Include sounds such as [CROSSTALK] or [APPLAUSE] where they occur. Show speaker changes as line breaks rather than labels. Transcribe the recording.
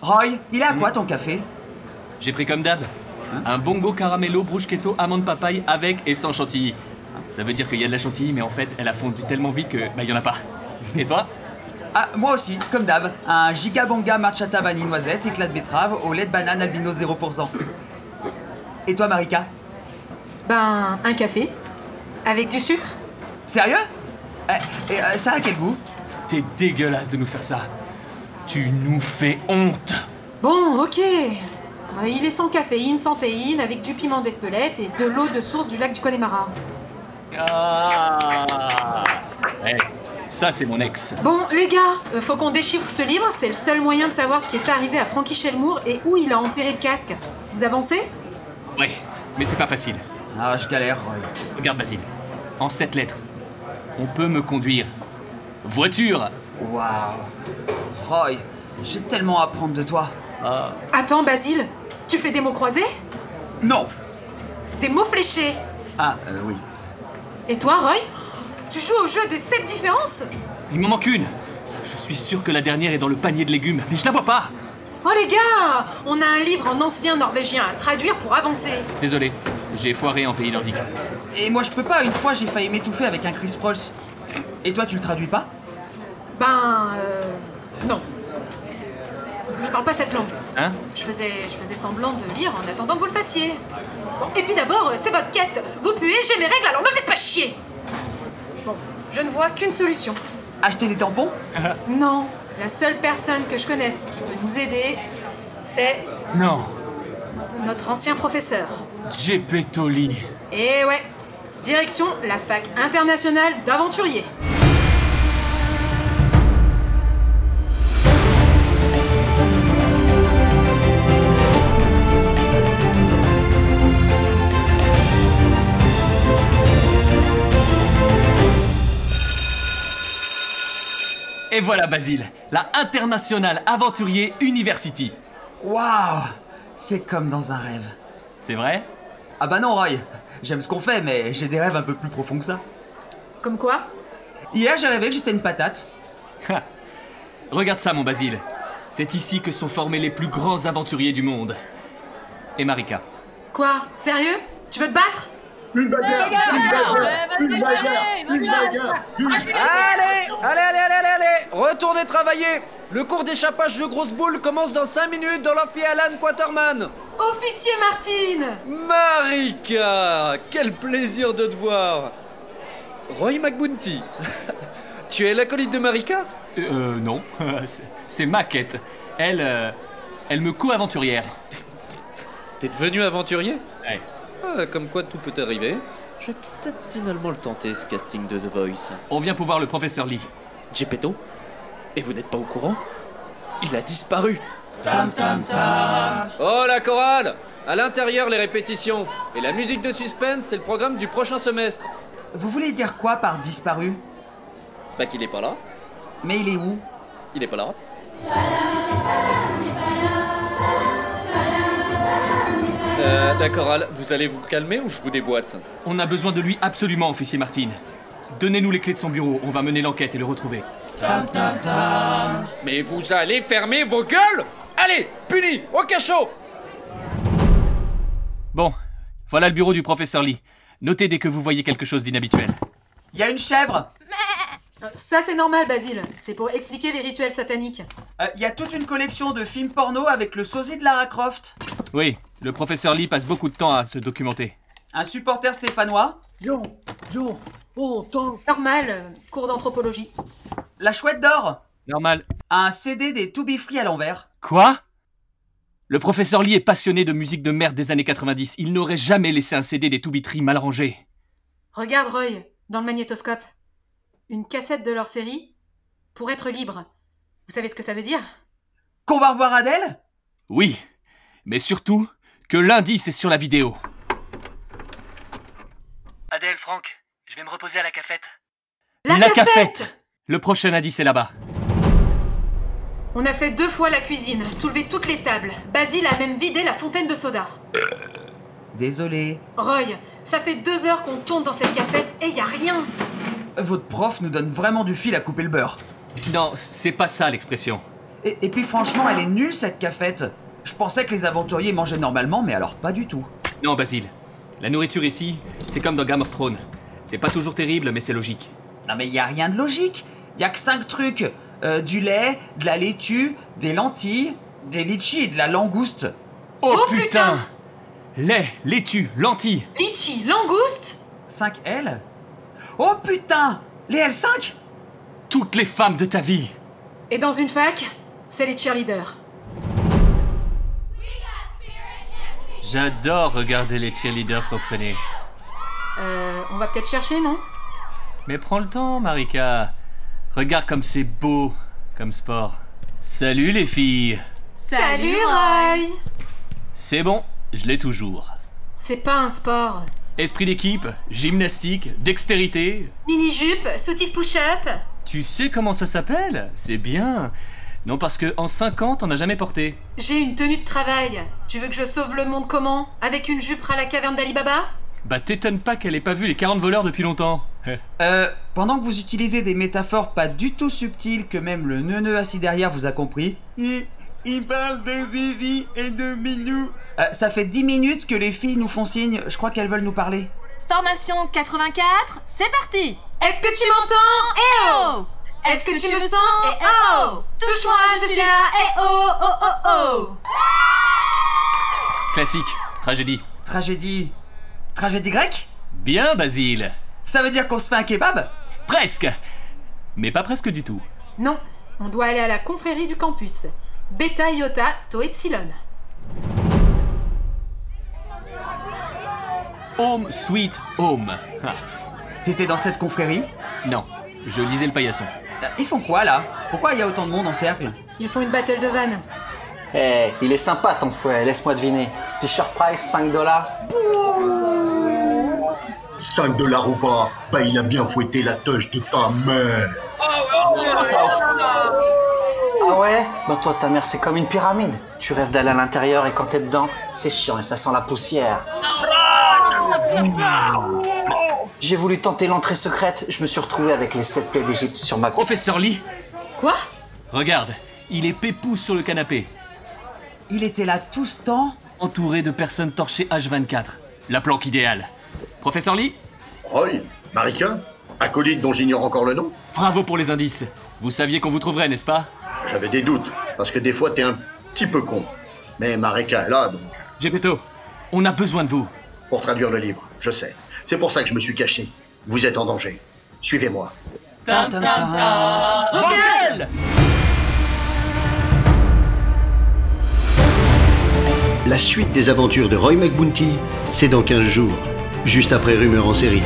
Roy, il est à quoi ton café
J'ai pris comme d'hab un bongo caramello bruschetto amande papaye avec et sans chantilly. Ça veut dire qu'il y a de la chantilly, mais en fait, elle a fondu tellement vite que bah il y en a pas. Et toi
Ah, moi aussi, comme d'hab, un gigabonga marchata vanille noisette, éclat de betterave au lait de banane albino 0%. Et toi, Marika
Ben, un café. Avec du sucre
Sérieux Eh, eh, euh, Ça a quel goût
T'es dégueulasse de nous faire ça. Tu nous fais honte.
Bon, ok. Euh, Il est sans caféine, sans théine, avec du piment d'Espelette et de l'eau de source du lac du Connemara.
Ah Eh, ça c'est mon ex.
Bon, les gars, euh, faut qu'on déchiffre ce livre, c'est le seul moyen de savoir ce qui est arrivé à Frankie Shelmour et où il a enterré le casque. Vous avancez
Ouais, mais c'est pas facile.
Ah, je galère, Roy.
Regarde Basile. En sept lettres, on peut me conduire. Voiture.
Waouh Roy, j'ai tellement à apprendre de toi.
Attends, Basile, tu fais des mots croisés
Non
Des mots fléchés
Ah, euh, oui.
Et toi, Roy Tu joues au jeu des sept différences
Il m'en manque une. Je suis sûr que la dernière est dans le panier de légumes, mais je la vois pas.
Oh les gars On a un livre en ancien norvégien à traduire pour avancer.
Désolé, j'ai foiré en pays nordique.
Et moi, je peux pas, une fois, j'ai failli m'étouffer avec un Chris Prolls. Et toi, tu le traduis pas
Ben... euh, non. Je parle pas cette langue.
Hein
Je faisais, je faisais semblant de lire en attendant que vous le fassiez. Bon, et puis d'abord, euh, c'est votre quête. Vous puez, j'ai mes règles, alors me faites pas chier. Bon, je ne vois qu'une solution.
Acheter des tampons
Non, la seule personne que je connaisse qui peut nous aider, c'est
Non,
notre ancien professeur.
Gepetoli.
Et ouais, direction la fac internationale d'aventuriers.
Et voilà Basile, la International Aventurier University.
Waouh C'est comme dans un rêve.
C'est vrai [LAUGHS]
Ah bah non, Roy J'aime ce qu'on fait, mais j'ai des rêves un peu plus profonds que ça.
Comme quoi
Hier, j'ai rêvé que j'étais une patate.
Ha. Regarde ça mon Basile. C'est ici que sont formés les plus grands aventuriers du monde. Et Marika.
Quoi Sérieux Tu veux te battre
Une bagarre Une bagarre Une bagarre Une bagarre
Allez, allez, allez, allez, allez, allez, retournez travailler. Le cours d'échappage de grosses boules commence dans 5 minutes dans l'amphi Alan Quaterman.
Officier Martine
Marika, quel plaisir de te voir. Roy McBounty, [LAUGHS] tu es l'acolyte de Marika
Euh, euh, non, [LAUGHS] C'est- c'est ma quête. Elle, euh, elle me co-aventurière.
T'es devenu aventurier
Ouais.
Ah, Comme quoi tout peut arriver. Je vais peut-être finalement le tenter ce casting de The Voice.
On vient pour voir le professeur Lee.
Gepetto Et vous n'êtes pas au courant Il a disparu Oh la chorale À l'intérieur les répétitions Et la musique de suspense c'est le programme du prochain semestre
Vous voulez dire quoi par disparu
Bah qu'il est pas là,
Mais il est où
il est pas là. Euh, la chorale, vous allez vous calmer ou je vous déboîte
On a besoin de lui absolument, officier Martine. Donnez-nous les clés de son bureau, on va mener l'enquête et le retrouver.
Mais vous allez fermer vos gueules Allez, puni, au cachot
Bon, voilà le bureau du professeur Lee. Notez dès que vous voyez quelque chose d'inhabituel.
Il y a une chèvre
Ça c'est normal Basile, c'est pour expliquer les rituels sataniques.
Euh, Il y a toute une collection de films porno avec le sosie de Lara Croft,
Oui, le professeur Lee passe beaucoup de temps à se documenter.
un supporter stéphanois,
Yo Yo Oh, tant
Normal, euh, cours d'anthropologie.
la chouette d'or,
Normal.
un CD des To Be Free à l'envers.
Quoi Le professeur Lee est passionné de musique de merde des années 90. Il n'aurait jamais laissé un CD des toubitries mal rangés.
Regarde Roy, dans le magnétoscope. Une cassette de leur série pour être libre. Vous savez ce que ça veut dire
Qu'on va revoir Adèle
Oui, mais surtout que l'indice est sur la vidéo. Adèle, Franck, je vais me reposer à la cafette. Le prochain indice est là-bas.
On a fait deux fois la cuisine, soulevé toutes les tables. Basile a même vidé la fontaine de soda.
Désolé.
Roy, ça fait deux heures qu'on tourne dans cette cafette et y a rien.
Votre prof nous donne vraiment du fil à couper le beurre.
Non, c'est pas ça l'expression.
Et, et puis franchement, elle est nulle cette cafette. Je pensais que les aventuriers mangeaient normalement, mais alors pas du tout.
Non, Basile. La nourriture ici, c'est comme dans Game of Thrones. C'est pas toujours terrible, mais c'est logique.
Non mais y a rien de logique. Y a que cinq trucs. Euh, du lait, de la laitue, des lentilles, des litchis et de la langouste.
Oh,
Oh, putain
Lait, laitue, lentilles
Litchi, langouste
5 L Oh putain Les L5
Toutes les femmes de ta vie
Et dans une fac, c'est les cheerleaders.
J'adore regarder les cheerleaders s'entraîner.
Euh, on va peut-être chercher, non
Mais prends le temps, Marika. Regarde comme c'est beau comme sport. Salut les filles
Roy
C'est bon, je l'ai toujours.
C'est pas un sport.
Esprit d'équipe, gymnastique, dextérité.
Mini-jupe, soutif push-up.
Tu sais comment ça s'appelle C'est bien. Non parce que en 50, on n'a jamais porté.
J'ai une tenue de travail. Tu veux que je sauve le monde comment Avec une jupe à la caverne d'Ali Baba
Bah t'étonnes pas qu'elle ait pas vu les 40 voleurs depuis longtemps. [LAUGHS]
Euh, pendant que vous utilisez des métaphores pas du tout subtiles que même le neuneu assis derrière vous a compris, il, il parle de Zizi et de Minou. Euh, ça fait 10 minutes que les filles nous font signe, je crois qu'elles veulent nous parler.
Formation 84, c'est parti
Est-ce que tu m'entends Eh oh
Oh
Est-ce que tu me sens Eh oh Touche-moi, je suis là Eh oh Oh oh oh
Classique, tragédie.
Tragédie. Tragédie grecque
Bien Basile.
Ça veut dire qu'on se fait un kebab
Presque. Mais pas presque du tout.
Non, on doit aller à la confrérie du campus. Beta Iota Tau Epsilon.
Home sweet home. Ah,
T'étais dans cette confrérie
non, je lisais le paillasson.
Euh, Ils font quoi là Pourquoi il y a autant de monde en cercle
Ils font une battle de vannes.
Eh, il est sympa ton fouet, laisse-moi deviner. T-shirt price, 5 dollars.
5 dollars ou pas, bah il a bien fouetté la toche de ta mère.
Ah ouais Bah toi, ta mère, c'est comme une pyramide. Tu rêves d'aller à l'intérieur et quand t'es dedans, c'est chiant et ça sent la poussière. J'ai voulu tenter l'entrée secrète, je me suis retrouvé avec les 7 plaies d'Égypte sur ma
Professeur Lee,
Quoi
regarde, il est pépouze sur le canapé,
Il était là tout ce temps
entouré de personnes torchées H24. La planque idéale. Professeur Lee,
Roy, Marika, acolyte dont j'ignore encore le nom
bravo pour les indices. Vous saviez qu'on vous trouverait, n'est-ce pas
J'avais des doutes, parce que des fois t'es un petit peu con. Mais Marika est là, donc,
Gepetto, on a besoin de vous.
pour traduire le livre, je sais. C'est pour ça que je me suis caché. Vous êtes en danger. Suivez-moi.
Tam, tam, tam.
Vogel
La suite des aventures de Roy McBounty, c'est dans 15 jours, juste après Rumeur en série.